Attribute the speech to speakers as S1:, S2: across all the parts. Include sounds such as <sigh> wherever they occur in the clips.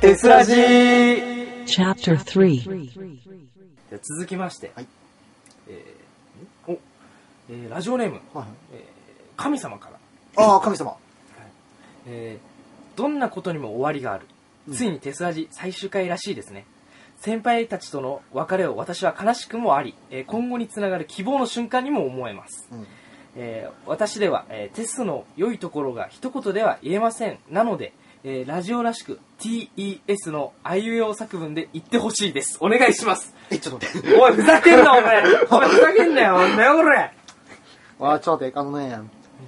S1: テスラジー
S2: Chapter 3
S1: じゃあ続きまして、
S3: はい
S1: えーおえーラジオネーム、
S3: はいはい
S1: えー神様から、
S3: ああ、神様。
S1: えーどんなことにも終わりがある、ついにテスラジ最終回らしいですね先輩たちとの別れを私は悲しくもあり、えー今後につながる希望の瞬間にも思えます、
S3: うん。
S1: えー私では、えーテスの良いところが一言では言えませんなので、えーラジオらしく TES のあいうえお作文で言ってほしいですお願いします
S3: え、ちょっと待って。 <laughs>
S1: おい、ふざけんな、お <laughs> 前。お前、ふざけんなよ。なんだよ、これ。
S3: ああ、ちょっと待って、あのね、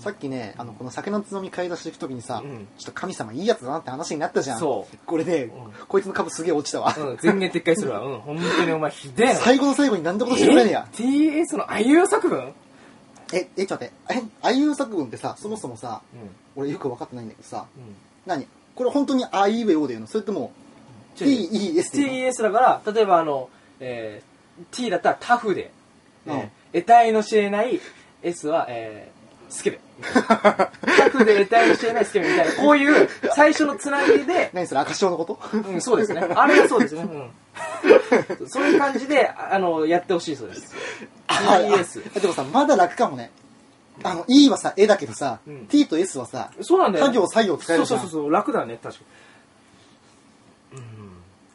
S3: さっきね、あの、この酒のつまみ買い出し行くときにさ、
S1: うん
S3: ちょっと神様いいやつだなって話になったじゃん。
S1: そう。
S3: これね、
S1: う
S3: こいつの株すげえ落ち
S1: <laughs>
S3: たわ。
S1: うん、全言撤回するわ。うん、本当にお前、ひでえな。
S3: 最後の最後になんてことしてくれねえや。
S1: TS のあいうえお作文
S3: え、え、ちょっと待って。え、あいう作文ってさ、そもそもさ、
S1: うん。
S3: 俺よく分かってないんだけどさ、
S1: うん。
S3: 何これ本当にあいうえおで言うのそれとも、TES っていうの
S1: TES だから、例えばあの、えー、T だったらタフで、
S3: うん
S1: えー得体の知れない S は、えー、
S3: <laughs>
S1: スケベ。タフで得体の知れないスケベみたいな、こういう最初のつなぎで、
S3: 何それ赤潮
S1: <laughs>
S3: のこと
S1: うん、そうですね。あれがそうですね。
S3: <laughs>
S1: うん。そういう感じで、ああの、やってほしいそうです。TES。
S3: あでもさ、まだ楽かもね。あの、E はさ、絵だけどさ、
S1: うん
S3: T と S はさ、
S1: そうなんだよ、
S3: 家業、作業使え
S1: そう
S3: るじ
S1: そ
S3: ゃ。
S1: うんそうそう楽だね確か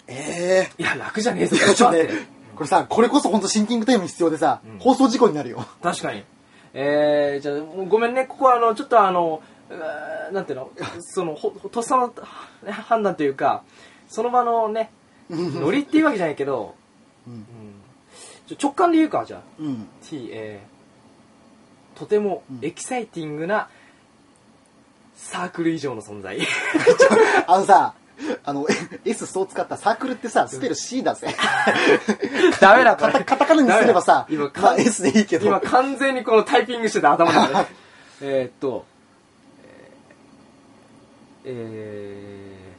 S3: ええ
S1: にいや楽じゃねえぞ
S3: <laughs> ち
S1: ち
S3: ょ
S1: ょ
S3: っ
S1: っ
S3: と
S1: と
S3: ね
S1: 待って、
S3: これさ、これこそ本当シンキングタイム必要でさ、
S1: うん
S3: 放送事故になるよ。
S1: 確かにえー、じゃあもうごめんねここはあのちょっとあのうーなんていうのそのほとっさのは判断というかその場のねノリっていうわけじゃないけど、
S3: う
S1: うん
S3: ん、
S1: ちょ直感で言うかじゃあ
S3: うん。
S1: T えー、とても
S3: うん
S1: エキサイティングなサークル以上の存
S3: <laughs>
S1: 在
S3: <laughs> あのさ、あの、 <laughs> え S そう使ったサークルってさ、スペル C だ
S1: <laughs>
S3: ぜ。
S1: ダメだこ
S3: カタ
S1: れ
S3: カタカナにすればさ、
S1: ダメだ今
S3: まあ S でいいけど。
S1: 今完全にこのタイピングしてた頭の <laughs> 中でえーっとえーえ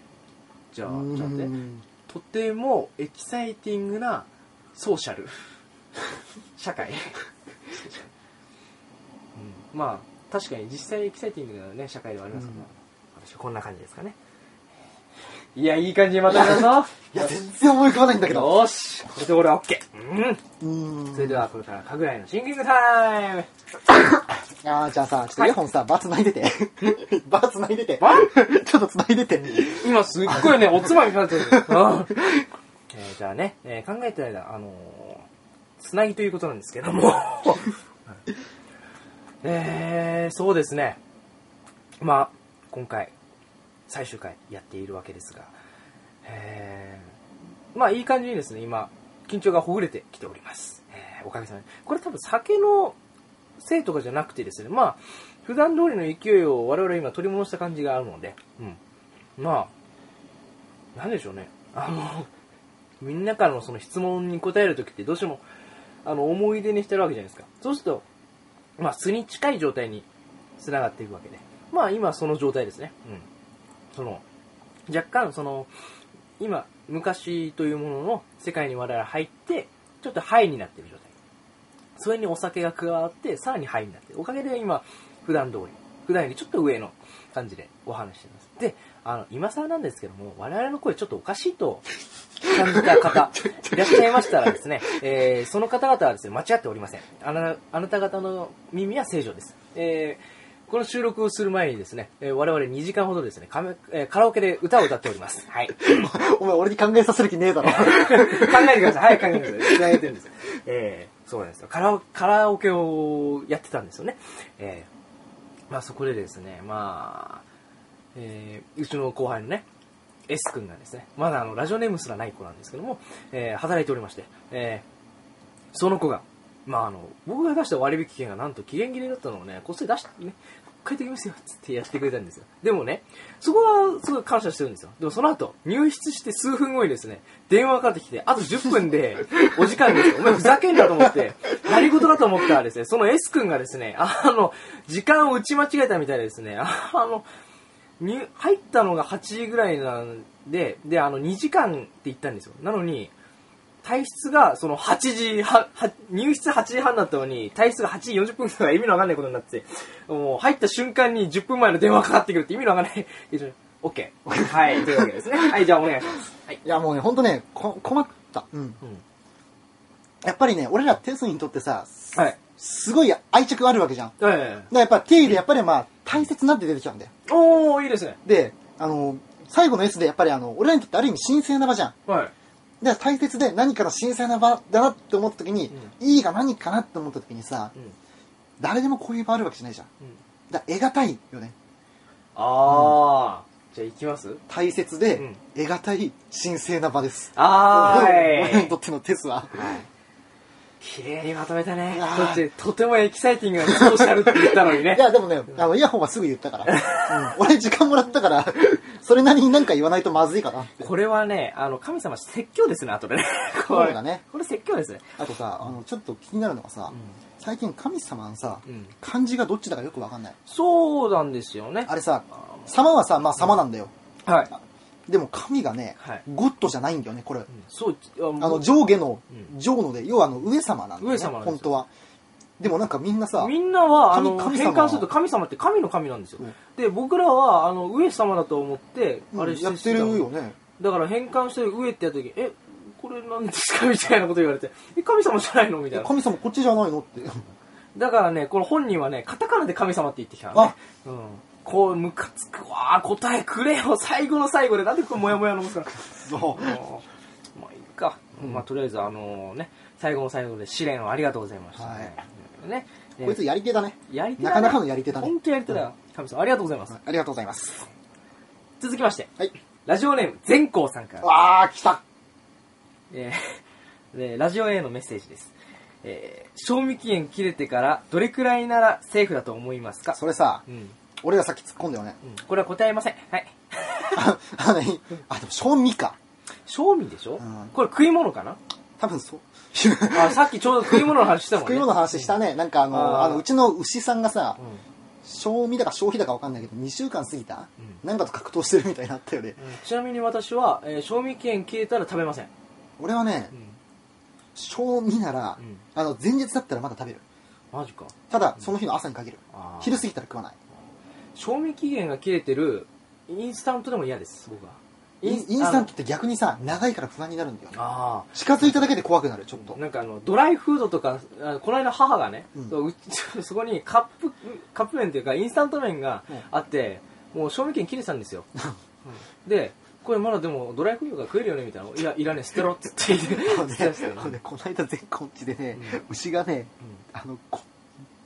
S1: ーじゃあ
S3: う
S1: ちょっと待っ
S3: ー
S1: て
S3: ん
S1: とてもエキサイティングなソーシャ <laughs> ル社会、うん、まあ確かに実際エキサイティングな、ね、社会ではありますから、私はこんな感じですかねいやいい感じにまとめた <laughs> ぞ
S3: いや、全然思い浮かばないんだけど。
S1: よーしこれで俺は OK、うん、
S3: うーん。
S1: それではこれからかぐらいのシンキングタイム
S3: あーじゃあさ、ちょっとイヤホンさ、バー繋
S1: <laughs>
S3: いでて。バー繋いでて。
S1: バ
S3: <laughs> ちょっと繋いでて。
S1: 今すっごいね、おつまみ食べてる。あー <laughs> えーじゃあね、えー考えてる間、あのー、つなぎということなんですけ <laughs> ども。えー、そうですね。まあ、今回、最終回やっているわけですが、えー、まあいい感じにですね、今、緊張がほぐれてきております。えーおかげさまで。これ多分酒のせいとかじゃなくてですね、まあ、普段通りの勢いを我々今取り戻した感じがあるので、うん。まあ、なんでしょうね。あの、 <laughs> みんなからのその質問に答えるときってどうしても、あの、思い出にしてるわけじゃないですか。そうすると、まあ、素に近い状態に繋がっていくわけで。まあ、今その状態ですね。うん。その、若干その、今、昔というものの世界に我々入って、ちょっとハイになってる状態。それにお酒が加わって、さらにハイになってるおかげで今、普段通り、普段よりちょっと上の感じでお話してます。で、あの、今更なんですけども、我々の声ちょっとおかしいと感じた方、いらっしゃいましたらですね、えー、その方々はですね、間違っておりません。あなあなた方の耳は正常です。えー、この収録をする前にですね、えー我々2時間ほどですね、カメえーカラオケで歌を歌っております。はい。
S3: お前俺に考えさせる気ねえだろ。
S1: <laughs> 考えてください。はい、考えてください。繋げてるんです。 <laughs> えー、そうなんですよ。カラオカラオケをやってたんですよね。えー、まあそこでですね、まあ、えー、うちの後輩のね、S 君がですね、まだあの、ラジオネームすらない子なんですけども、えー、働いておりまして、えー、その子が、まああの、僕が出した割引券がなんと期限切れだったのをね、こっそり出してね、帰ってきますよ、つってやってくれたんですよ。でもね、そこはすごい感謝してるんですよ。でもその後、入室して数分後にですね、電話がかかってきて、あと10分でお時間ですよ。お前ふざけんなと思って、何事だと思ったらですね、その S 君がですね、あの、時間を打ち間違えたみたいでですね、あの、入入ったのが8時ぐらいなんで、で、あの、2時間って言ったんですよ。なのに、体質が、その8時は、は入室8時半だったのに、体質が8時40分から意味のわかんないことになってて、もう入った瞬間に10分前の電話かかってくるって意味のわかんない。 <laughs> OK。はい。というわけ
S3: <laughs>
S1: ですね。はい、じゃあお願いします。はい。
S3: いやもうね、ほんとね、こ困った。うん。やっぱりね、俺らテスにとってさ、す
S1: はい。
S3: すごい愛着あるわけじゃん。だか
S1: え
S3: らやっぱ定義でやっぱりまあ、大切なって出てきちゃうんだよ。
S1: えおー、いいですね。
S3: で、あの、最後の S でやっぱりあの、俺らにとってある意味神聖な場じゃん。
S1: はい。
S3: で、大切で何かの神聖な場だなって思った時に、いいが何かなって思った時にさ、
S1: うん。
S3: 誰でもこういう場あるわけじゃないじゃん。
S1: うん、
S3: だから、得難いよね。
S1: あー。じゃあ行きます
S3: 大切
S1: う
S3: で
S1: ん、
S3: 得難い神聖な場です。
S1: あ
S3: 俺らにと
S1: ー
S3: ってのテスは。
S1: 綺麗にまとめたね。
S3: あー
S1: だって、とてもエキサイティングなソーシャルって言ったのにね
S3: い。や、でもね、あの、イヤホンはすぐ言ったから。うん、俺時間もらったから、それなりになんか言わないとまずいかなって。
S1: これはね、あの、神様説教ですね、後でね。こ
S3: そうだね。
S1: これ説教ですね。
S3: あとさ、あの、ちょっと気になるのがさ、最近神様のさ、
S1: うん
S3: 漢字がどっちだかよくわかんない。
S1: そうなんですよね。
S3: あれさ、様はさ、まあ様なんだよ。
S1: はい。
S3: でも神がね、
S1: はい
S3: ゴッドじゃないんだよね、これ。
S1: そう、あ
S3: あの、上下の
S1: う、
S3: 上ので、要はあの、上様なんだよ、
S1: 上
S3: ね。
S1: 様なんですよ
S3: 本当は。でもなんかみんなさ、
S1: みんなは、あの、
S3: 神神
S1: 変
S3: 様
S1: 換すると神様って神の神なんですよ。
S3: うん
S1: で、僕らは、あの、上様だと思って、あれ
S3: うんやってるよ。ね。
S1: だから変換して上ってやった時、え、これなんですかみたいなこと言われて、え、神様じゃないのみたいな。
S3: 神様こっちじゃないのって。
S1: だからね、この本人はね、カタカナで神様って言ってきたのね
S3: あ。、
S1: うん。こう、ムカつくわー答えくれよ、最後の最後で。なんでこれモヤモヤのすか
S3: そう。
S1: まあいいか、まあとりあえずあのね最後の最後で試練をありがとうございました、
S3: はい
S1: ねね
S3: こいつやり手だね。
S1: やり手
S3: なかなかのやり手だね
S1: 本当やり手だよ、神様ありがとうございます、
S3: ありがとうございます。
S1: 続きまして
S3: はい。
S1: ラジオネーム善光さんから、
S3: わー、来た。
S1: えー <laughs> でラジオへのメッセージです、えー賞味期限切れてからどれくらいならセーフだと思いますか
S3: それさ、
S1: うん、うん
S3: 俺らさっき突っ込んだよね。
S1: これは答えませんはい
S3: あ、あの、あ、でも、賞味か。
S1: 賞味でしょ、
S3: ん
S1: これ食い物かな
S3: 多分そう。
S1: あさっきちょうど食い物の話したもんね
S3: 食い物の話したね。なんかあの、
S1: あー
S3: あの、うちの牛さんがさ
S1: う、ん
S3: 賞味だか消費だかわかんないけど、2週間過ぎた、
S1: う
S3: なんかと格闘してるみたいになったよね。
S1: ちなみに私は、えー賞味期限切れたら食べません、
S3: 俺はね、賞味なら、
S1: うん
S3: あの、前日だったらまだ食べる。
S1: マジか
S3: ただ、その日の朝に限る
S1: あ。ー
S3: 昼過ぎたら食わない。
S1: 賞味期限が切れてるインスタントでも嫌です僕は
S3: インインスタントって逆にさ、長いから不安になるんだよね。
S1: あ
S3: 近づいただけで怖くなる、ちょっ
S1: あ
S3: と。
S1: なんかあのドライフードとかあのこの間母がね、
S3: うん
S1: そううち <laughs> そこにカップカップ麺っていうかインスタント麺が
S3: うん
S1: あって、もう賞味期限切れてたんですよ、うんでこれまだでもドライフードが食えるよねみたいな「いやいらねえ捨てろ」って言って
S3: あの
S1: 捨て
S3: ね
S1: ましたよね
S3: あのねこの間全根治でね、
S1: うん
S3: 牛がね、あのこ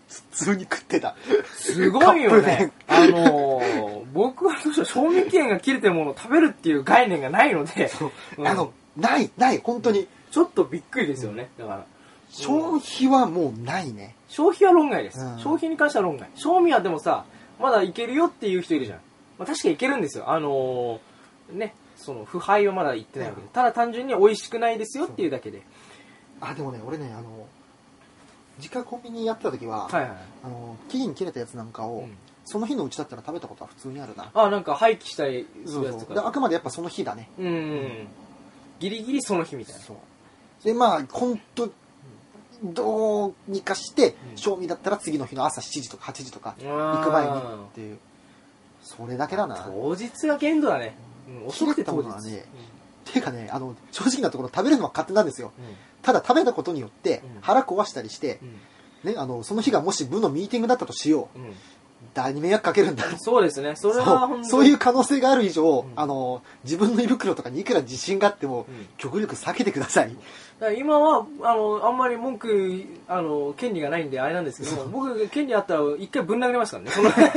S3: 普通に食ってた
S1: すごいよね。
S3: カ
S1: あのー、僕はどうしよう、賞味期限が切れてるものを食べるっていう概念がないので、うん
S3: あのないない本当に
S1: ちょっとびっくりですよね。だから、
S3: 消費はもうないね
S1: 消費は論外です。
S3: うん
S1: 消費に関しては論外。賞味はでもさ、まだいけるよっていう人いるじゃん。まあ、確かにいけるんですよ。あのー、ね、その腐敗はまだいってないわけで。ただ単純に美味しくないですよっていうだけで。
S3: あでもね俺ねあの実家コンビニやってた時は、
S1: はいはい。
S3: あの期限切れたやつなんかを、
S1: うん
S3: その日のうちだったら食べたことは普通にあるな
S1: あ、なんか廃棄したいやつ
S3: そ
S1: と
S3: うそうであ
S1: か。
S3: くまでやっぱその日だね
S1: うんうん。ギリギリその日みたいな。
S3: そうでまあ本当どうにかし
S1: う
S3: て、
S1: ん
S3: 賞味だったら次の日の朝7時とか8時とか
S1: 行
S3: 行く前にっていうそれだけだな
S1: 当日が限度だね、うん、遅くて当日
S3: 切れたものはねていうかねあの正直なところ食べるのは勝手なんですよただ食べたことによって
S1: うん
S3: 腹壊したりして
S1: う、ん
S3: ね、あのその日がもし部のミーティングだったとしよう
S1: うんうん
S3: 誰に迷惑かけるんだ
S1: そうですねそれは
S3: そ
S1: 本
S3: う
S1: 当
S3: そういうう可能性がある以上、
S1: ん
S3: あの自分の胃袋とかにいくら自信があっても、
S1: うん
S3: 極力避けてください
S1: だから今はあのあんまり文句あの権利がないんであれなんですけ <laughs> ど僕権利あったら一回ぶん殴りますからね <laughs> そのそん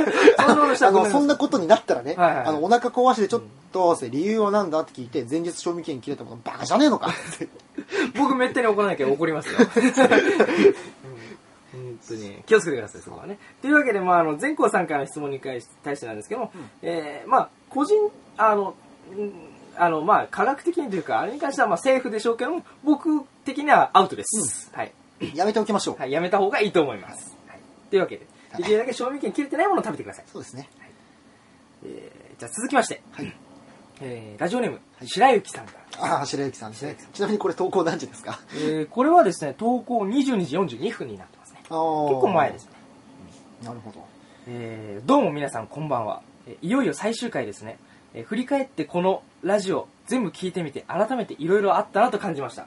S1: なことした
S3: あ
S1: らぶん殴り
S3: の
S1: ます
S3: そんなことになったらね、
S1: はいはい
S3: あのお腹壊してちょっと、理由は何だって聞いて前日賞味期限切れたものバカじゃねえ
S1: <laughs>
S3: のかって
S1: 僕めったに怒らないけど怒りますよ、うん本当に気をつけてくださいそこはねというわけで、まあ、あの全校さんからの質問に対し対してなんですけども、えーまあ個人あのうんあのまあ科学的にというかあれに関してはまあセーフでしょうけども僕的にはアウトです、はい、
S3: やめておきましょう、
S1: はい、やめた方がいいと思います、はい、というわけで
S3: はい
S1: できるだけ賞味期限切れてないものを食べてください、
S3: そうですね
S1: えーじゃあ続きまして、
S3: はい
S1: えーラジオネーム白雪さんから
S3: ああ白雪さんですねちなみにこれ投稿何時ですか
S1: えーこれはですね投稿22時42分になってますね
S3: 結
S1: 結構前ですね
S3: なるほど
S1: えーどうも皆さんこんばんは。えーいよいよ最終回ですね。えー振り返ってこのラジオ全部聞いてみて改めていろいろあったなと感じました、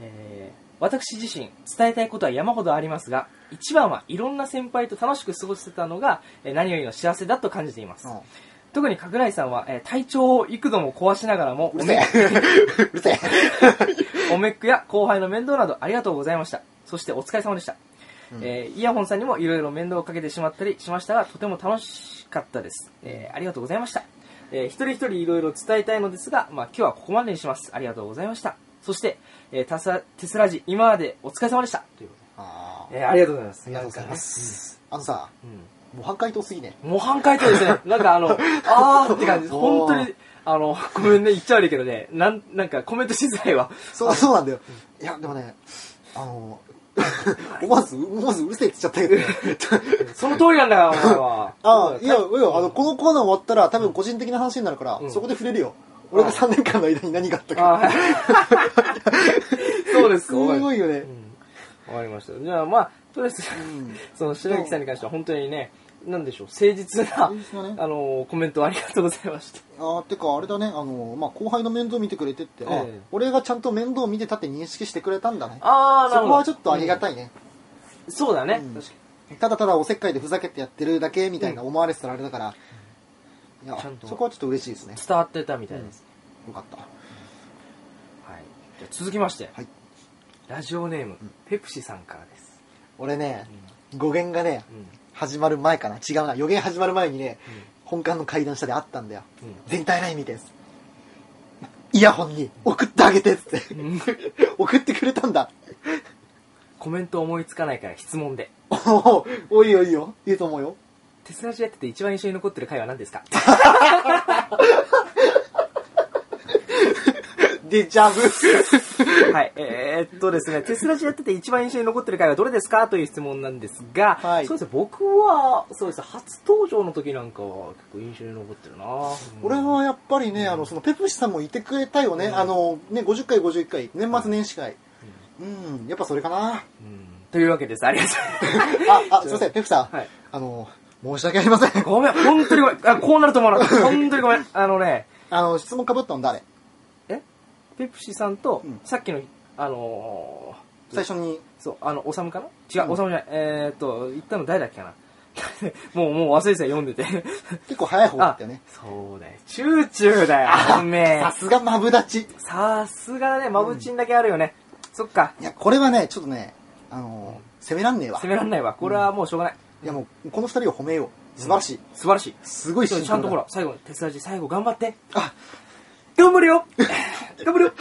S1: えー私自身伝えたいことは山ほどありますが一番はいろんな先輩と楽しく過ごせたのがえー何よりの幸せだと感じています、
S3: うん
S1: 特に角井さんは、えー体調を幾度も壊しながらも
S3: うるせえ。 <laughs> う
S1: <laughs>
S3: るせえ。
S1: おめっくや後輩の面倒などありがとうございましたそしてお疲れ様でした、
S3: うん
S1: えーイヤホンさんにもいろいろ面倒をかけてしまったりしましたがとても楽しかったです、えーありがとうございました、えー一人一人いろいろ伝えたいのですが、まあ、今日はここまでにしますありがとうございましたそして、えータスラテスラジ今までお疲れ様でしたというこ
S3: あ
S1: と
S3: ー
S1: で、えーありがとうございます
S3: ありがとうございます。あのさ、
S1: なんかねうん
S3: 模範解答すぎね。
S1: 模範解答です <laughs> ね。なんかあの、あーって感じです。
S3: おー
S1: 本当に、あの、ごめんね、言っちゃ悪いけどね、なん、なんかコメントしづらいわ。
S3: そう、そうなんだよ。いや、でもね、あの、 <laughs> 思わず、思わずうるせえって言っちゃったけどね。
S1: その通りなんだから、お前は
S3: <laughs>
S1: <laughs>
S3: ああ、いや、いや、あの、
S1: の、
S3: このコーナー終わったら多分個人的な話になるから、
S1: うん
S3: そこで触れるよ。俺が3年間の間に何があった
S1: あ
S3: か。
S1: ーそうです
S3: す
S1: か、お前。
S3: ごいよね
S1: う。んわかりました。じゃあまあ、とりあえず、
S3: うん
S1: その白雪さんに関しては本当にね、なんでしょう、誠実な、
S3: 誠実だね
S1: あの、コメントありがとうございました。
S3: ああ、てかあれだね、あの、まあ、後輩の面倒見てくれてって、
S1: ええ
S3: あ俺がちゃんと面倒見てたって認識してくれたんだね。
S1: あー、
S3: そこはちょっとありが
S1: い。
S3: たいね。
S1: そうだね、
S3: うん
S1: 確かに。
S3: ただただおせっかいでふざけてやってるだけみたいな思われてたらあれだから、いや
S1: ちゃんと
S3: そこはちょっと嬉しいですね。
S1: 伝わってたみたいです。
S3: よかった。
S1: はい。じゃあ続きまして、
S3: はい
S1: ラジオネーム、ペプシさんからです。
S3: 俺ね、語源がね、
S1: うん
S3: 始まる前かな。違うな。予言始まる前にね、本館の階段下であったんだよ。
S1: うん
S3: 全体ライン見てんす。イヤホンに送ってあげてっつって。
S1: うん
S3: 送ってくれたんだ。
S1: コメント思いつかないから質問で。
S3: おお、おいよいいよ。いいと思うよ。
S1: テスラジやってて一番印象に残ってる回は何ですか
S3: デジ
S1: <laughs>
S3: ャブ。
S1: はい。えーっとですね、テスラジやってて一番印象に残ってる回はどれですかという質問なんですが、
S3: はい
S1: そうですね、僕は、そうですね、初登場の時なんかは結構印象に残ってるな
S3: 俺、はやっぱりね、あの、その、ペプシさんもいてくれたよね。
S1: うん
S3: あの、ね、50回、51回、年末年始会。うん、やっぱそれか
S1: う
S3: な。
S1: んというわけです。ありがとうございます。
S3: あ、あ、すいません、ペプさん。
S1: はい
S3: あの、申し訳ありません。
S1: ごめん、本当にごめん。あ、こうなると思わな
S3: <laughs>
S1: かった。本当にごめん。あのね、
S3: あの、質問かぶったの誰
S1: えペプシさんと
S3: うん、
S1: さっきの、あのー
S3: 最初に。
S1: そう、あの、おさむかな違
S3: うん
S1: う、おさむじゃない。えーっと、言ったの誰だっけかな <laughs> もう、もう忘れてたよ、読んでて。
S3: 結構早い方だったよね。
S1: そうだよ。チューチューだよ、本命
S3: さすがマブダチ。
S1: さすがだね、まぶちんだけあるよね。そっか、
S3: いや、これはね、ちょっとね、あの、責めらんねえわ。
S1: 攻めらんないわ。これはもうしょうがない。
S3: いやもう、この二人を褒めよう。素晴らしい。
S1: 素晴らしい。
S3: すごいシンプル
S1: ちゃんとほら、最後の手伝い最後頑張って。
S3: あ、
S1: 頑張るよ頑張るよ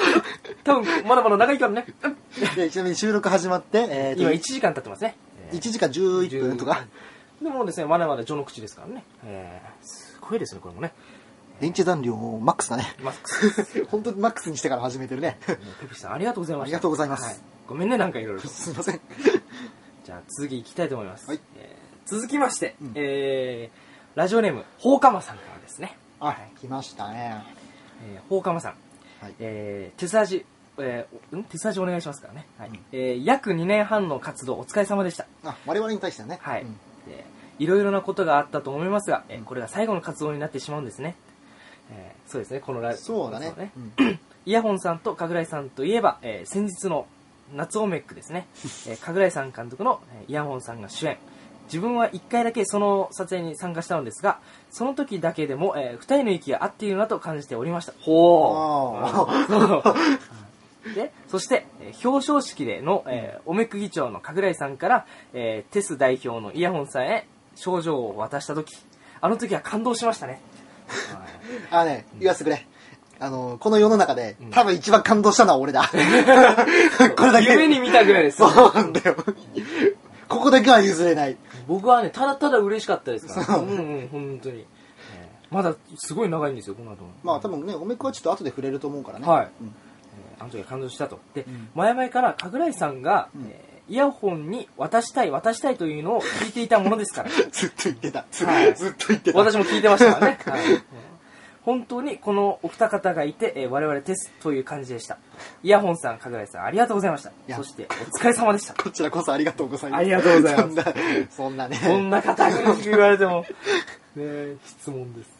S1: 多分、まだまだ長いからね。
S3: でちなみに収録始まって、えーと、
S1: 今1時間経ってますね。
S3: 1時間11分とか、
S1: でもですね、まだまだ序の口ですからね。えー、すごいですね、これもね。
S3: 電池残量マックスだね。
S1: マックス。
S3: 本当にマックスにしてから始めてるね。
S1: ペプシさん、ありがとうございました。
S3: ありがとうございます
S1: はごめんね、なんかいろいろ
S3: <laughs>
S1: と。
S3: すいません。
S1: じゃあ続きいきたいと思います。
S3: はい
S1: えー続きまして、
S3: うん
S1: えーラジオネーム、ほうかまさんからですね。
S3: あ、来ましたね。
S1: えー、ほうかまさん、
S3: はい
S1: えー手差し、えーん手差しお願いしますからね。はい
S3: うん
S1: えー約2年半の活動、お疲れ様でした。
S3: あ、我々に対してはね。
S1: はい、
S3: うん
S1: でいろいろなことがあったと思いますが、えー
S3: うん
S1: これが最後の活動になってしまうんですね。えーそうですね、このラ
S3: そうだね
S1: そう。
S3: うん
S1: イヤホンさんと神楽井さんといえば、えー先日の夏オメックですね、えー、神楽井さん監督のえーイヤホンさんが主演自分は1回だけその撮影に参加したのですがその時だけでも、え2人の息が合っているなと感じておりましたほう <laughs> でそして、えー表彰式での、えーオメック議長の神楽井さんから、えーテス代表のイヤホンさんへ賞状を渡した時あの時は感動しましたね、はい
S3: あね、言わせてくれ。あの、この世の中で
S1: うん、
S3: 多分一番感動したのは
S1: <laughs>
S3: 俺だ。これだけ。
S1: 夢に見たぐらいです
S3: そうなんだよ。ここだけは譲れない。
S1: <laughs> 僕はね、ただただ嬉しかったですから。 <laughs> うんうん、本当に。えーまだすごい長いんですよ、この後も。
S3: まあ多分ね、おめくはちょっと後で触れると思うからね。
S1: はい
S3: うん
S1: えーあの時は感動したと。で、
S3: ん
S1: 前々から、かぐらいさんが、
S3: うん
S1: えーイヤホンに渡したい、渡したいというのを聞いていたものですから。
S3: ずっと言ってた。ず
S1: はい
S3: ずっと言ってた。
S1: 私も聞いてました
S3: <laughs>
S1: からね。はいうん本当にこのお二方がいて、えー我々テスという感じでした。イヤホンさん、かぐらいさん、ありがとうございました
S3: や。
S1: そして、お疲れ様でした。
S3: こちらこそありがとうございます。
S1: ありがとうございます
S3: そんな、そんな
S1: こんな
S3: <laughs> ね。
S1: 堅苦しく言われても、ねえ、質問です。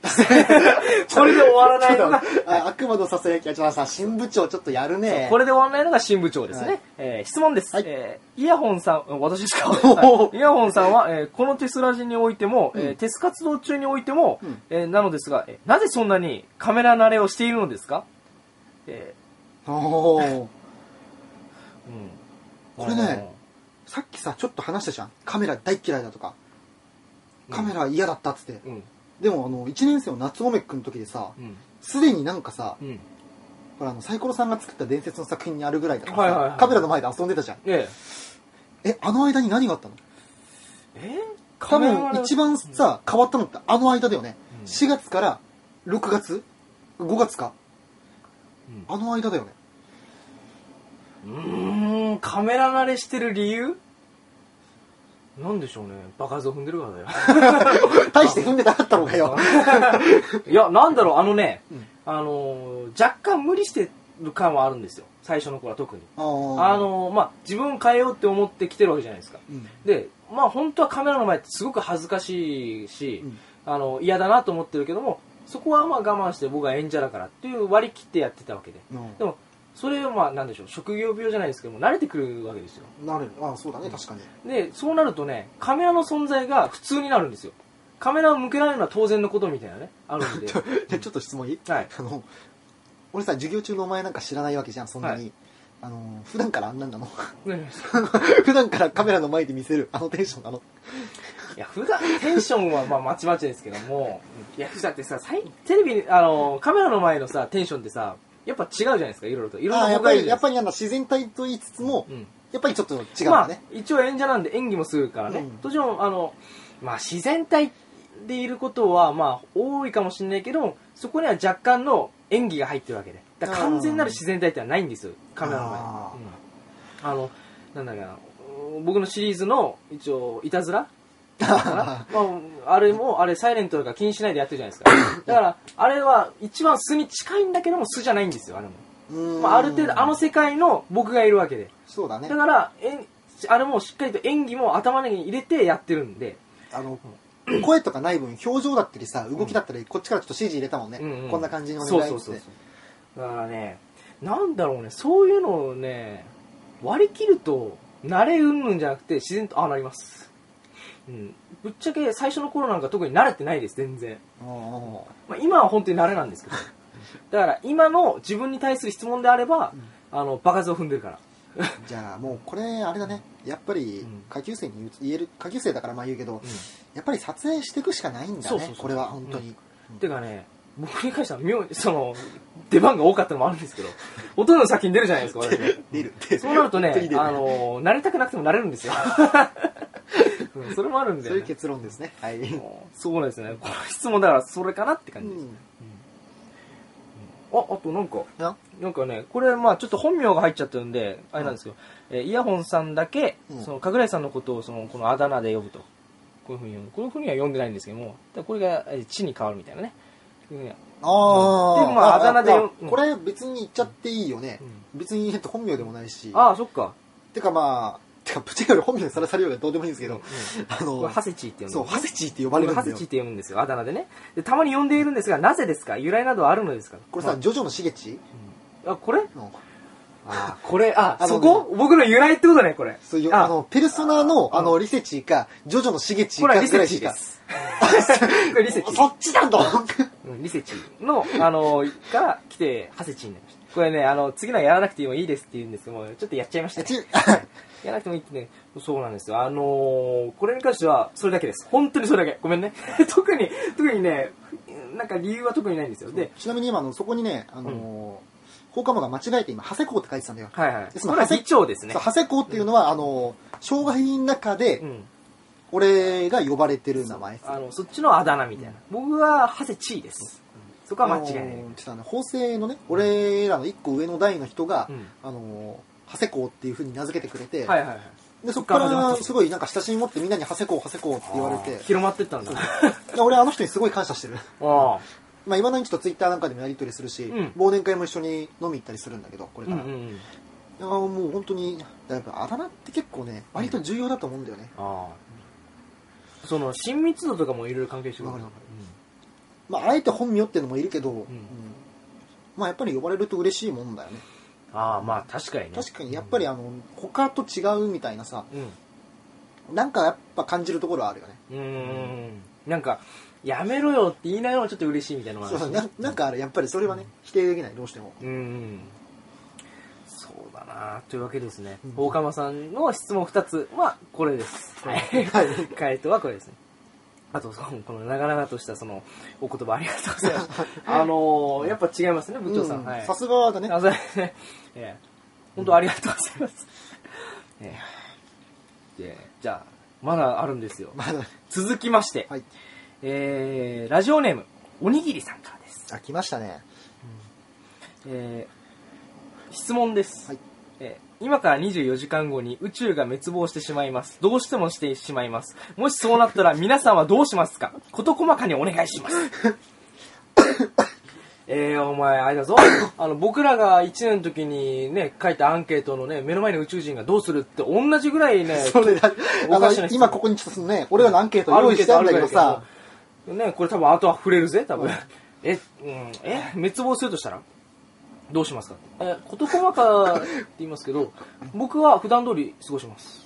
S1: <laughs> これで終わらないのが、
S3: あ悪魔のささやきは、ちょっとさ、新部長ちょっとやるね。
S1: これで終わらないのが新部長ですね。
S3: はい
S1: えー質問です、
S3: はい
S1: えーイヤホンさん、私です
S3: <laughs>
S1: か、
S3: お
S1: はいイヤホンさんは、えーこのテスラジにおいても、えーテス活動中においても、
S3: うん
S1: えーなのですが、えーなぜそんなにカメラ慣れをしているのですか、え
S3: おー
S1: ーうん
S3: これねさっきさ、ちょっと話したじゃん。カメラ大嫌いだとか。カメラ嫌だったっつって。
S1: うん、
S3: でも、あの、1年生の夏おめくんの時でさ、
S1: うん、
S3: すでになんかさ
S1: う、ん。
S3: ほら、あの、サイコロさんが作った伝説の作品にあるぐらいだからさ、
S1: はいはいはい
S3: カメラの前で遊んでたじゃん。
S1: ええ
S3: え、あの間に何があったの
S1: えー
S3: 多
S1: カメラ慣れ
S3: 分、一番さ、変わったのってあの間だよね。
S1: うん
S3: 4月から6月 ?5 月か。
S1: うん
S3: あの間だよね。
S1: うーん、カメラ慣れしてる理由なんでしょうね。爆発を踏んでるからだよ。
S3: 大して踏んでなかったのかよ。
S1: いや、なんだろう、あのね、
S3: うん
S1: あのー若干無理してる感はあるんですよ。最初の頃は特に。
S3: あー
S1: あ、のーまあ、自分を変えようって思ってきてるわけじゃないですか。
S3: うん
S1: で、まあ、本当はカメラの前ってすごく恥ずかしいし、
S3: うん
S1: あの、嫌だなと思ってるけども、そこはまあ我慢して僕は演者だからっていう割り切ってやってたわけで。
S3: うん
S1: でも、それはまあ、なんでしょう、職業病じゃないですけども、慣れてくるわけですよ。
S3: なるあそうだね確かに
S1: で、そうなるとね、カメラの存在が普通になるんですよ。カメラを向けられるのは当然のことみたいなね、ある
S3: <laughs>
S1: んで。
S3: でちょっと質問いい
S1: はい。
S3: あの俺さ授業中のお前なんか知らないわけじゃんそんなに、
S1: は
S3: あの普段からあんなんなの <laughs>
S1: ね
S3: 普段からカメラの前で見せる <laughs> あのテンションなの
S1: いや、普段テンションはまあまちまちですけども、いや、普段ってさ、最テレビに、あの、カメラの前のさ、テンションってさ、やっぱ違うじゃないですか、いろいろと。いろん
S3: あ
S1: な
S3: ーや
S1: 僕が
S3: っぱ
S1: いる
S3: り
S1: じゃないで
S3: やっ
S1: すか。
S3: ぱりなんだ自然体と言いつつも、
S1: うん
S3: やっぱりちょっと違うん
S1: ま
S3: だ
S1: あ
S3: ね、、
S1: 一応演者なんで演技もするからね、
S3: うん
S1: どうしてもあの、まあ、自然体でいることはまあ多いかもしれないけどそこには若干の演技が入ってるわけでだから完全なる自然体ってのはないんですよカメラの前に
S3: あ
S1: うんあのなんだっけなうん僕のシリーズの一応いたずら
S3: <laughs>
S1: かなまあ、あれもあれサイレントとか気にしないでやってるじゃないですかだからあれは一番素に近いんだけども素じゃないんですよあれも、
S3: うーん
S1: まあ、ある程度あの世界の僕がいるわけで
S3: そうだね
S1: だから、えんあれもしっかりと演技も頭に入れてやってるんで、
S3: あの声とかない分表情だったりさ動きだったり、こっちからちょっと指示入れたもんね、
S1: うんうん
S3: こんな感じにお
S1: そう
S3: 願い
S1: そう
S3: っつ
S1: そ
S3: っ
S1: う
S3: て
S1: そう。だからね、なんだろうね、そういうのをね、割り切ると、慣れうんぬんじゃなくて、自然と、あ、なります。うん。ぶっちゃけ最初の頃なんか特に慣れてないです、全然。
S3: うん
S1: まあ、今は本当に慣れなん
S3: <laughs>
S1: ですけど。だから、今の自分に対する質問であれば、あの、爆発を踏んでるから。
S3: じゃあもうこれあれだねやっぱ
S1: う
S3: り
S1: ん
S3: 下級生に言う言える下級生だからまあ言うけど、
S1: うん
S3: やっぱり撮影していくしかないんだ
S1: そうそうそ
S3: ね
S1: う
S3: これは本当に、
S1: てかね、僕に関しては妙に、その、出番が多かったのもあるんですけど、ほとんど先に出るじゃないですか、私。
S3: 出る出る
S1: そうなるとね
S3: 本当 <laughs> に出、る
S1: あのー、慣れたくなくても慣れるんです
S3: <laughs>
S1: よ。うんそれもあるんだ
S3: そう
S1: よ、
S3: いう
S1: ね。
S3: 結論ですねはい、
S1: そうなんですね。この質問だからそれかなって感じです。あ、あとなんか、
S3: な
S1: なんかね、これまあちょっと本名が入っちゃってるんで、あれなんですけど、えーイヤホンさんだけ
S3: う、ん
S1: その、かぐらいさんのことを、その、このあだ名で呼ぶと。こういうふうに呼ぶ。こういうふうには呼んでないんですけども、ただこれがえー地に変わるみたいなね。こういうふうには
S3: あー
S1: でまああだ名で
S3: まあ
S1: うん
S3: これ別に言っちゃっていいよね、別にえっと本名でもないし
S1: ああ、そっか。
S3: てかまあてかぶっちゃけ俺本名にさらされようがどうでもいいんですけど、あ
S1: これ
S3: の
S1: ハセチーって呼んで
S3: そう
S1: る
S3: ハセチーって呼ばれるん
S1: ハ
S3: だ
S1: セ
S3: よ
S1: チーって呼ぶんですよ、あだ名でね。でたまに呼んでいるんですが、なぜですか由来などはあるのですか
S3: これさ、、ジョジョのしげち
S1: まああ、これ
S3: の
S1: あ、これ、あ、
S3: あの
S1: そ
S3: ね
S1: こ僕の由来ってことね、これ。
S3: そういう
S1: あ
S3: あのペルソナの
S1: あ
S3: あのリセチーかジョジョのしげち
S1: こ
S3: か
S1: れはリ
S3: ぐら
S1: セ
S3: い
S1: チーで
S3: しか
S1: す。 <laughs> これリセチー。
S3: そっち <laughs> だと
S1: うんリセチーの、あの、から来て、ハセチーになりました。これね、あの、次のはやらなくてもいいですって言うんですけども、ちょっとやっちゃいました、
S3: え
S1: ね。
S3: ち
S1: <laughs> やらなくてもいいってね、そうなんですよ。あのーこれに関しては、それだけです。本当にそれだけ。ごめんね。 <laughs> 特に、特にね、なんか理由は特にないんですよ。で、
S3: ちなみに今あのそこにね、あのー放課後が間違えて今、長谷校って書いてたんだよ。
S1: はいはい。
S3: そ
S1: こ
S3: の
S1: れは
S3: ハセ
S1: 議長ですね
S3: そう。長谷校っていうのは、あのー障害の中で
S1: うん。
S3: 俺が呼ばれてる名前。
S1: あの、そっちのあだ名みたいな。僕は、ハセチーです。そこは間違いない。
S3: あのーちょっとあの法政のね、俺らの一個上の代の人が、
S1: うん
S3: あのー長谷校っていうふうに名付けてくれて、
S1: はいはいはい。
S3: でそこか
S1: そっから
S3: ら
S1: 始まった
S3: すごいなんか親しみ持ってみんなに長谷校、長谷校って言われて、
S1: 広まってったんだ。
S3: で俺あの人にすごい感謝してる。 <laughs>
S1: ああ。
S3: まあ、今のにちょっとツイッターなんかでもやり取りするし、
S1: うん
S3: 忘年会も一緒に飲み行ったりするんだけど、これ
S1: う
S3: か
S1: ん
S3: ら。
S1: うんうん。
S3: いやもう本当にやっぱあだ名って結構ね割と重要だと思うんだよね、
S1: ああ。その、親密度とかもいろいろ関係してくる。
S3: わかるわ
S1: う
S3: か
S1: ん
S3: まあ、あえて本名っていうのもいるけど、うん
S1: ん
S3: まあ、やっぱり呼ばれると嬉しいもんだよね。
S1: ああ、まあ確かにね。
S3: 確かに、やっぱりあの、他と違うみたいなさ、
S1: うん。
S3: なんかやっぱ感じるところはあるよね。
S1: うん。うん。なんか、やめろよって言いながらちょっと嬉しいみたいなのがあ
S3: そ
S1: るし
S3: うななんかあれ、やっぱりそれはね、否定できない、どうしても。
S1: うんうん。そうだなというわけですね
S3: うん。
S1: 大釜さんの質問2つはこれです。はい。回答はこれですね。あと、そのこの長々としたその、お言葉ありがとうございます。 <laughs> あのー、やっぱ違いますね、部長さん。
S3: うん
S1: はい。
S3: さすがだね。 <laughs>
S1: あ、そうですね。 <laughs> ええ。本当ありがとうございます。 <laughs> ええ。でじゃあ、まだあるんですよ。
S3: まだ、
S1: 続きまして、
S3: はい。
S1: えー、ラジオネーム、おにぎりさんからです。
S3: あ、来ましたね。
S1: えー質問です、
S3: はい
S1: えー今から24時間後に宇宙が滅亡してしまいますどうしてもしてしまいますもしそうなったら皆さんはどうしますか事細かにお願い
S3: <coughs>
S1: しますえー、お前あれだ
S3: <coughs>
S1: ぞあの僕らが1年の時にね書いたアンケートのね目の前の宇宙人がどうするって同じぐらいね
S3: それだ、 <laughs> あ
S1: おかし
S3: の
S1: な、質問
S3: 今ここにちょっとね、俺らのアンケート用意してあるんだけどさ、
S1: ね、これ多分後は触れるぜ、多分。え、うん、え、滅亡するとしたらどうしますかえ、こと細かって言いますけど、僕は普段通り過ごします。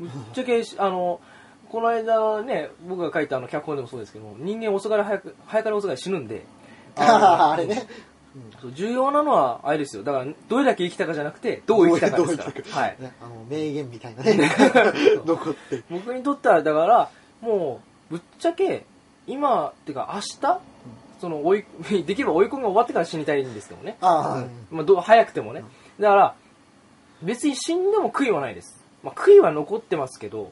S1: うん。ぶっちゃけ、あの、この間ね、僕が書いたあの脚本でもそうですけども、人間遅かれ早く、早かれ遅かれ死ぬんで、
S3: あ <laughs> あれね。
S1: そう重要なのはあれですよ。だから、どれだけ生きたかじゃなくて、どう生きたかですか
S3: どう生きた
S1: ら。はい。
S3: ねあの、名言みたいなね、 <laughs> 残って。
S1: 僕にとってはだからもうぶっちゃけ今ってか明日その追い <laughs> できれば追い込みが終わってから死にたいんですけどね、
S3: <laughs> あ
S1: まあ、どう早くてもねだから別に死んでも悔いはないです、まあ、悔いは残ってますけど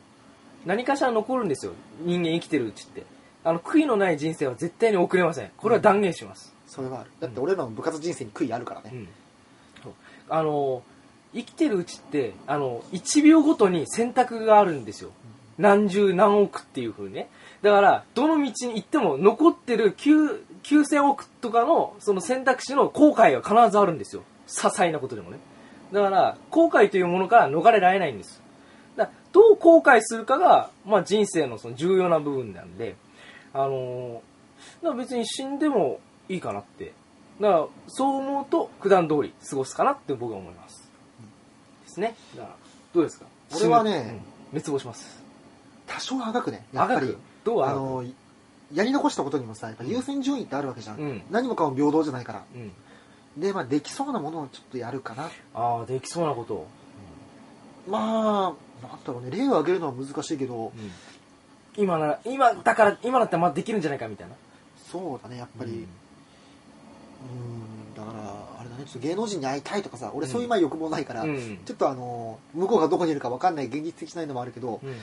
S1: 何かしら残るんですよ人間生きてるうちってあの悔いのない人生は絶対に送れませんこれは断言します
S3: あ、、それはある。だって俺らの部活人生に悔いあるからね。
S1: うんそうあの生きてるうちってあの1秒ごとに選択があるんですよ何十何億っていう風にねだからどの道に行っても残ってる9 9000億とかのその選択肢の後悔が必ずあるんですよ些細なことでもねだから後悔というものから逃れられないんですだからどう後悔するかが、まあ、人生のその重要な部分なんであのだから別に死んでもいいかなってだからそう思うと普段通り過ごすかなって僕は思います、ですねだからどうですか
S3: 俺はね、
S1: 死ぬうん滅亡します
S3: 多少あがくね。や
S1: あ
S3: っぱ
S1: が
S3: り
S1: く。どう
S3: あ
S1: あがく
S3: の、やり残したことにもさ、やっぱ優先順位ってあるわけじゃん。
S1: うん
S3: 何もかも平等じゃないから。
S1: うん
S3: で、まあ、できそうなものをちょっとやるかな。
S1: ああできそうなことを、
S3: まあ、なんだろうね、例を挙げるのは難しいけど、
S1: 今なら今だから今だったらまだできるんじゃないかみたいな
S3: そうだね、やっぱり。
S1: う
S3: うんーん、だから、あれだね、ちょっと芸能人に会いたいとかさ、俺そういうまあ欲望ないから、
S1: うん
S3: ちょっとあの、向こうがどこにいるか分かんない、現実的じゃないのもあるけど、
S1: うん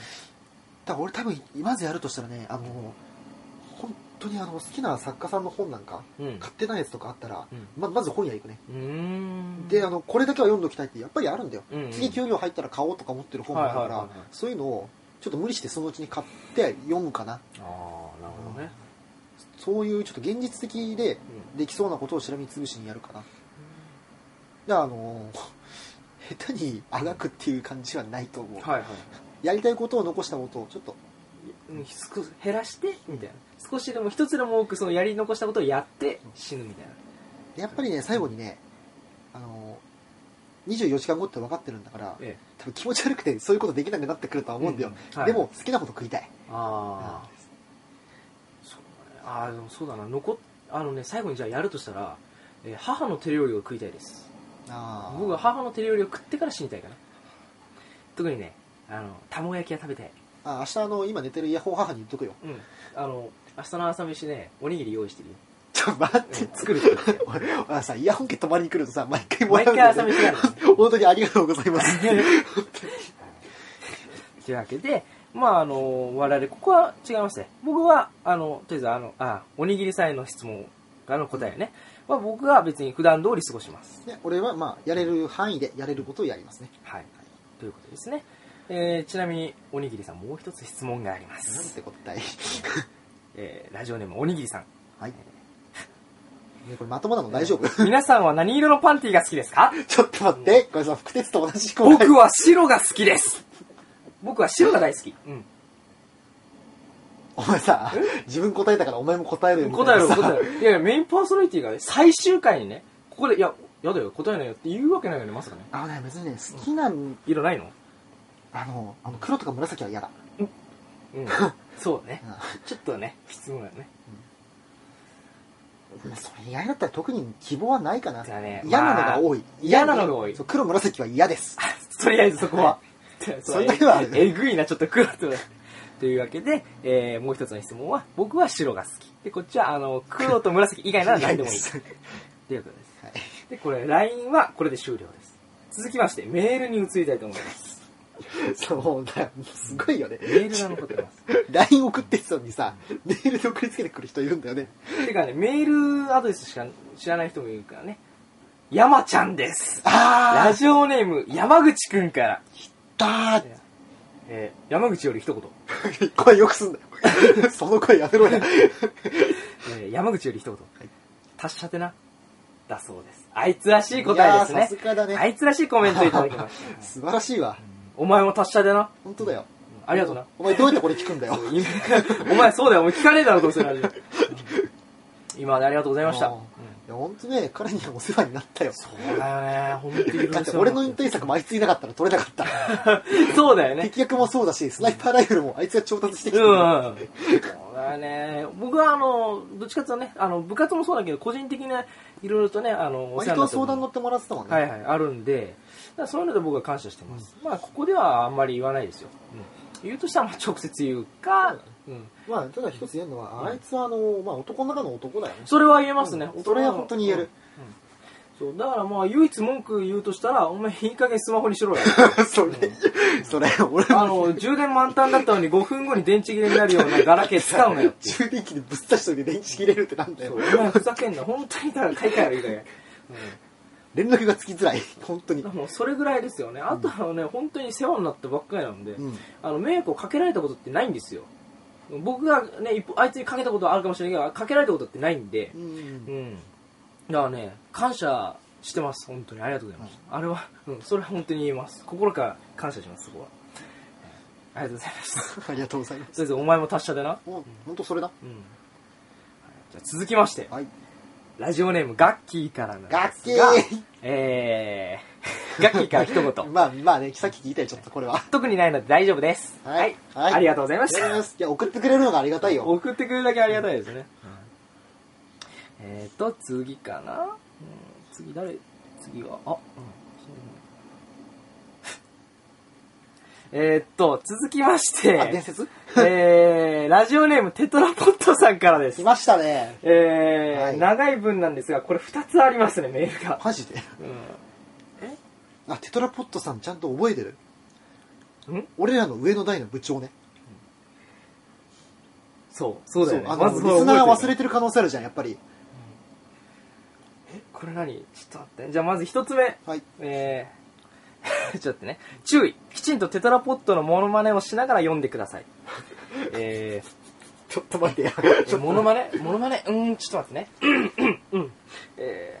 S3: だから俺多分、まずやるとしたらね、あの、本当にあの、好きな作家さんの本なんか、
S1: うん
S3: 買ってないやつとかあったら、
S1: うん
S3: ままず本屋行くね。
S1: うーん
S3: で、あの、これだけは読んどきたいって、やっぱりあるんだよ。
S1: うんうん
S3: 次給料入ったら買おうとか思ってる本もあるから、
S1: はいはいはいはい
S3: そういうのを、ちょっと無理してそのうちに買って読むかな。
S1: ああなるほどね、
S3: そういうちょっと現実的でできそうなことをしらみつぶしにやるかな。で、あの、 <laughs> 下手にあがくっていう感じはないと思う。
S1: はいはい
S3: やりたいことを残したことをちょっと、
S1: うん少し減らしてみたいな少しでも一つでも多くそのやり残したことをやって死ぬみたいな
S3: やっぱりね、最後にね、あの、24時間後って分かってるんだから、
S1: え
S3: 多分気持ち悪くてそういうことできなくなってくるとは思うんだよ。
S1: うんはい
S3: でも、好きなこと食いたい。
S1: ああ、そうだねああでもそうだな残っあのね最後にじゃあやるとしたら、えー母の手料理を食いたいです
S3: あー
S1: 僕は母の手料理を食ってから死にたいかな特にねあの卵焼きは食べたい
S3: あー明日あの、今寝てるイヤホン母に言っとくよ。
S1: うんあの明日の朝飯ねおにぎり用意 <laughs> してるよ
S3: ちょ、待っ
S1: うん
S3: て、
S1: 作 <laughs> るから
S3: 俺、俺さ、イヤホン家泊まりに来るとさ、毎回もら
S1: 毎
S3: うんだ
S1: 回
S3: よね
S1: 朝飯やるの
S3: 本当にありがとうござい
S1: <laughs>
S3: ます。
S1: というわけで、まあ、あの、我々、ここは違いますね。僕は、あの、とりあえず、あの、あ、おにぎりさんへの質問あの答えね。まあ、僕は別に普段通り過ごします。
S3: ね、俺はまあ、やれる範囲でやれることをやりますね。
S1: はい。ということですね。えーちなみに、おにぎりさん、もう一つ質問がありま
S3: なん
S1: す。
S3: て答え。
S1: えーラジオネーム、おにぎりさん。
S3: はい。ね、これまともなの大丈夫、
S1: 皆さんは何色のパンティが好きです <laughs> か
S3: ちょっと待って、これさ、副鉄と同じ答え。
S1: 僕は白が好きです僕は白が大好き。うん。
S3: お前さ、自分答えたからお前も答えるよみたい
S1: 答え
S3: な
S1: ろ
S3: さ
S1: 答えろ <laughs> いやいやメインパーソナリティがね最終回にねここでいややだよ答えないよって言うわけないよねまさかね
S3: あのね、別にね、好きな、
S1: 色ないの
S3: あの、あの黒とか紫は嫌だ。
S1: うんそうだね
S3: うん
S1: ちょっとね質問だよね
S3: まあそれ嫌だったら特に希望はないかな。
S1: じゃあね
S3: 嫌なのが多い。
S1: まあ嫌なのが多い
S3: そう黒紫は嫌です。
S1: <laughs> とりあえずそこは。
S3: それだけはあるね
S1: えぐいな、ちょっと黒と。というわけで、えーもう一つの質問は、僕は白が好き。で、こっちは、あの、黒と紫以外なら何でもいい。
S3: 嫌
S1: ということです。
S3: はい
S1: で、これ、LINE はこれで終了です。続きまして、メールに移りたいと思います。
S3: そうだよ。すごいよ <laughs> ね。
S1: メールが残ってます。
S3: LINE 送ってたのにさ、メールで送りつけてくる人いるんだよね。
S1: てかね、メールアドレスしか知らない人もいるからね。山ちゃんです。ラ
S3: あ
S1: ジオネーム、山口くんから。
S3: あだ
S1: えー山口より一言。
S3: ー声よくすんだよ。 <laughs> その声やめろよ。
S1: えー山口より一言、達者でなだそうですあいつらしい
S3: い
S1: 答え
S3: や
S1: で
S3: ー
S1: す
S3: さ
S1: ね
S3: すがだね。
S1: あいつらしいコメントいただきまし
S3: <laughs>
S1: た
S3: 素晴らしいわ。
S1: お前も達者でな
S3: 本当だよ。
S1: ありがとうな <laughs>
S3: お前どうやってこれ聞くんだよ。
S1: お前そうだよお前聞かねえだろどうせラジオうん今までありがとうございました、
S3: あー
S1: うん
S3: いや、本当ね、彼にはお世話になったよ。
S1: そうだよね本当に
S3: だって俺の引退作もあいついなかったら取れな
S1: <laughs>
S3: かった。
S1: そうだよ
S3: <laughs>
S1: ね
S3: 敵役もそうだし、スナイパーライフルもあいつが調達してき
S1: う
S3: て
S1: ん
S3: る。
S1: そうだね僕はあのどっちかっていうとねあの部活もそうだけど個人的ないろいろとねあのお世
S3: 割
S1: 話にな
S3: と
S1: ってる
S3: 相談乗ってもらってたもんね。
S1: はいはい、あるんで、だからそういうので僕は感謝してます。まあ、ここではあんまり言わないですよ。言うとしたら、まあ直接言うか、うん。
S3: まあ、ただ一つ言えるのは、あいつはあの、まあ男の中の男だよね。
S1: それは言えますね。
S3: それは本当に言える。
S1: そう、だからまあ、唯一文句言うとしたら、お前いい加減スマホにしろ
S3: <laughs>
S1: よ。 <laughs>
S3: それ、それ、俺
S1: あ
S3: も
S1: の、充電満タンだったのに5分後に電池切れになるようなガラケー使うな
S3: <laughs>
S1: よっていう。
S3: 充電器でぶっ刺しといて電池切れるってなん
S1: そ
S3: だよ
S1: う。お前ふざけんな。本当にだから買い替えろいい加減。
S3: 連絡がつきづらい。本当に。
S1: もうそれぐらいですよね。あとはね、本当に世話になったばっかりなんで、
S3: うん。
S1: あの迷惑をかけられたことってないんですよ僕がね一歩あいつにかけたことはあるかもしれないけどかけられたことってないんで
S3: う。
S1: うんんだからね感謝してます本当にありがとうございます、あれは、うん、それは本当に言えます心から感謝しますそこはありがとうございます
S3: ありがとうございます。
S1: それぞれお前も達者でな
S3: もう、本当それだ。
S1: うんはいじゃあ続きまして
S3: はい。
S1: ラジオネームガッキーからなん
S3: ガ
S1: で
S3: ッ
S1: す
S3: キ
S1: が
S3: ー
S1: えー、 <laughs> ガッキーから一言
S3: まあ、まあね、さっき聞いたよ、ちょっとこれは。
S1: 特にないので大丈夫です
S3: はいはい
S1: ありがとうございま
S3: あ
S1: し
S3: りが
S1: た
S3: とうございます。いや、送ってくれるのがありがたいよ。
S1: 送ってくれるだけありがたいですね、えっ、ー、と次かな、うん、次誰次はあ、うん、そうだね <laughs> えっと続きまし
S3: あ、伝
S1: て
S3: 説
S1: えー、ラジオネームテトラポットさんからです
S3: 来ましたね。
S1: えー
S3: はい
S1: 長い文なんですがこれ2つありますねメールが、
S3: マジで
S1: う
S3: あ、テトラポットさんちゃんと覚えてる
S1: ん
S3: 俺らの上の代の部長ね。
S1: そうそうだよね
S3: あの、
S1: そ
S3: リス
S1: れ覚えてる
S3: ナーが忘れてる可能性あるじゃん、やっぱり。
S1: えこれ何ちょっと待ってじゃあまず1つ目
S3: はい。
S1: えー、 <laughs> ちょっとね、注意きちんとテトラポットのモノマネをしながら読んでください。え
S3: ちょっと待ってや。
S1: ー、モノマネモノマネうーん、ちょっと待ってね。うん、うん、うん。えーえ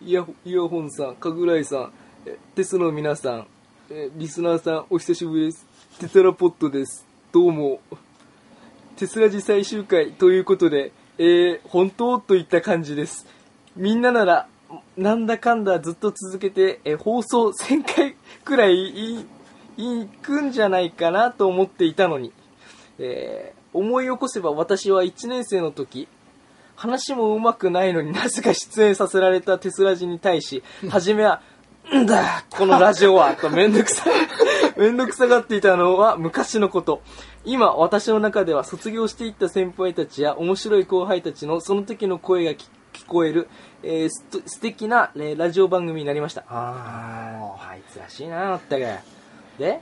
S1: イヤホ、イヤホンさん、かぐらいさん、えテスの皆さん、えリスナーさん、お久しぶりです。テトラポットです。どうも。テスラジ最終回ということで、えー、本当といった感じです。みんななら、なんだかんだずっと続けて、えー放送1000回くらいいいいくんじゃないかなと思っていたのに、えー思い起こせば私は1年生の時、話もうまくないのになぜか出演させられたテスラジに対し、はじめは、んだ、このラジオは、とめんどくさ、めんどくさがっていた <laughs> のは昔のこと。今、私の中では卒業していった先輩たちや面白い後輩たちのその時の声が聞聞こえる、えー、すと素敵な、えーラジオ番組になりました。ああ、あいつらしいな、まったく。で、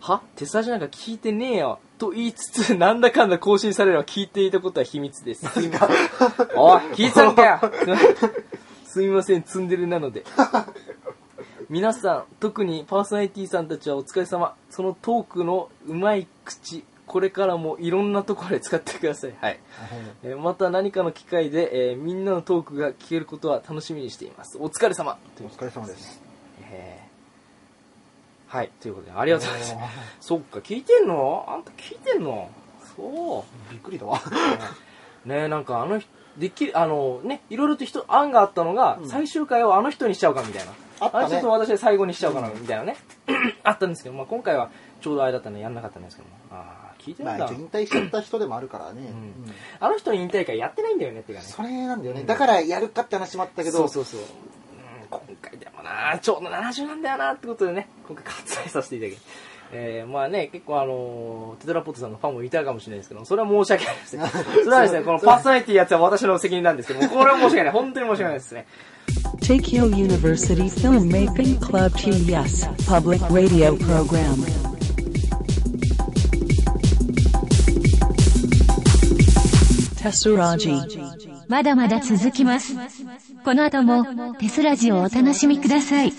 S1: は手差しなんか聞いてねえよ。と言いつつ、 <laughs> なんだかんだ更新されるのは聞いていたことは秘密です。おい、聞いたんかよ <laughs> すみません、ツンデレな <laughs> ので。皆さん、特にパーソナリティさんたちはお疲れ様。そのトークのうまい口、これからもいろんなところで使ってください。はい。えーまた何かの機会で、えーみんなのトークが聞けることは楽しみにしています。お疲れ様。
S3: お疲れ様です。
S1: えーはい、ということで、ありがとうございます。そっか、聞いてんのあんた聞いてんのそう。
S3: びっくりだわ。
S1: ねなんかあの人できあのねいろいろと人案があったのが、
S3: うん
S1: 最終回をあの人にしちゃうかみたいな
S3: あったね
S1: れちょっと私は最後にしちゃうかなみたいなね、あったんですけど、まあ、今回はちょうどあれだったのでやんなかったんですけどもああ聞いて
S3: ま
S1: るん
S3: あ、
S1: だ、
S3: 一応引退しちゃった人でもあるからね。
S1: ん
S3: うん
S1: あの人の引退会やってないんだよねっていうかね
S3: それなんだよね。
S1: うん
S3: だからやるかって話もあったけど、
S1: そうそうそう、うん、今回でもなちょうど70なんだよなってことでね今回割愛させていただきえー、まあね結構あのーテトラポットさんのファンもいたかもしれないですけどそれは申し訳ないです
S3: <laughs>
S1: ねそれはですねこのパーソナリティやつは私の責任なんですけどもこれは申し訳ない本当に申し訳ないですね
S2: Tokyo University Filmmaking Club TES Public Radio Program. Tesuraji.
S4: まだまだ続きます。この後もテスラジをお楽しみください。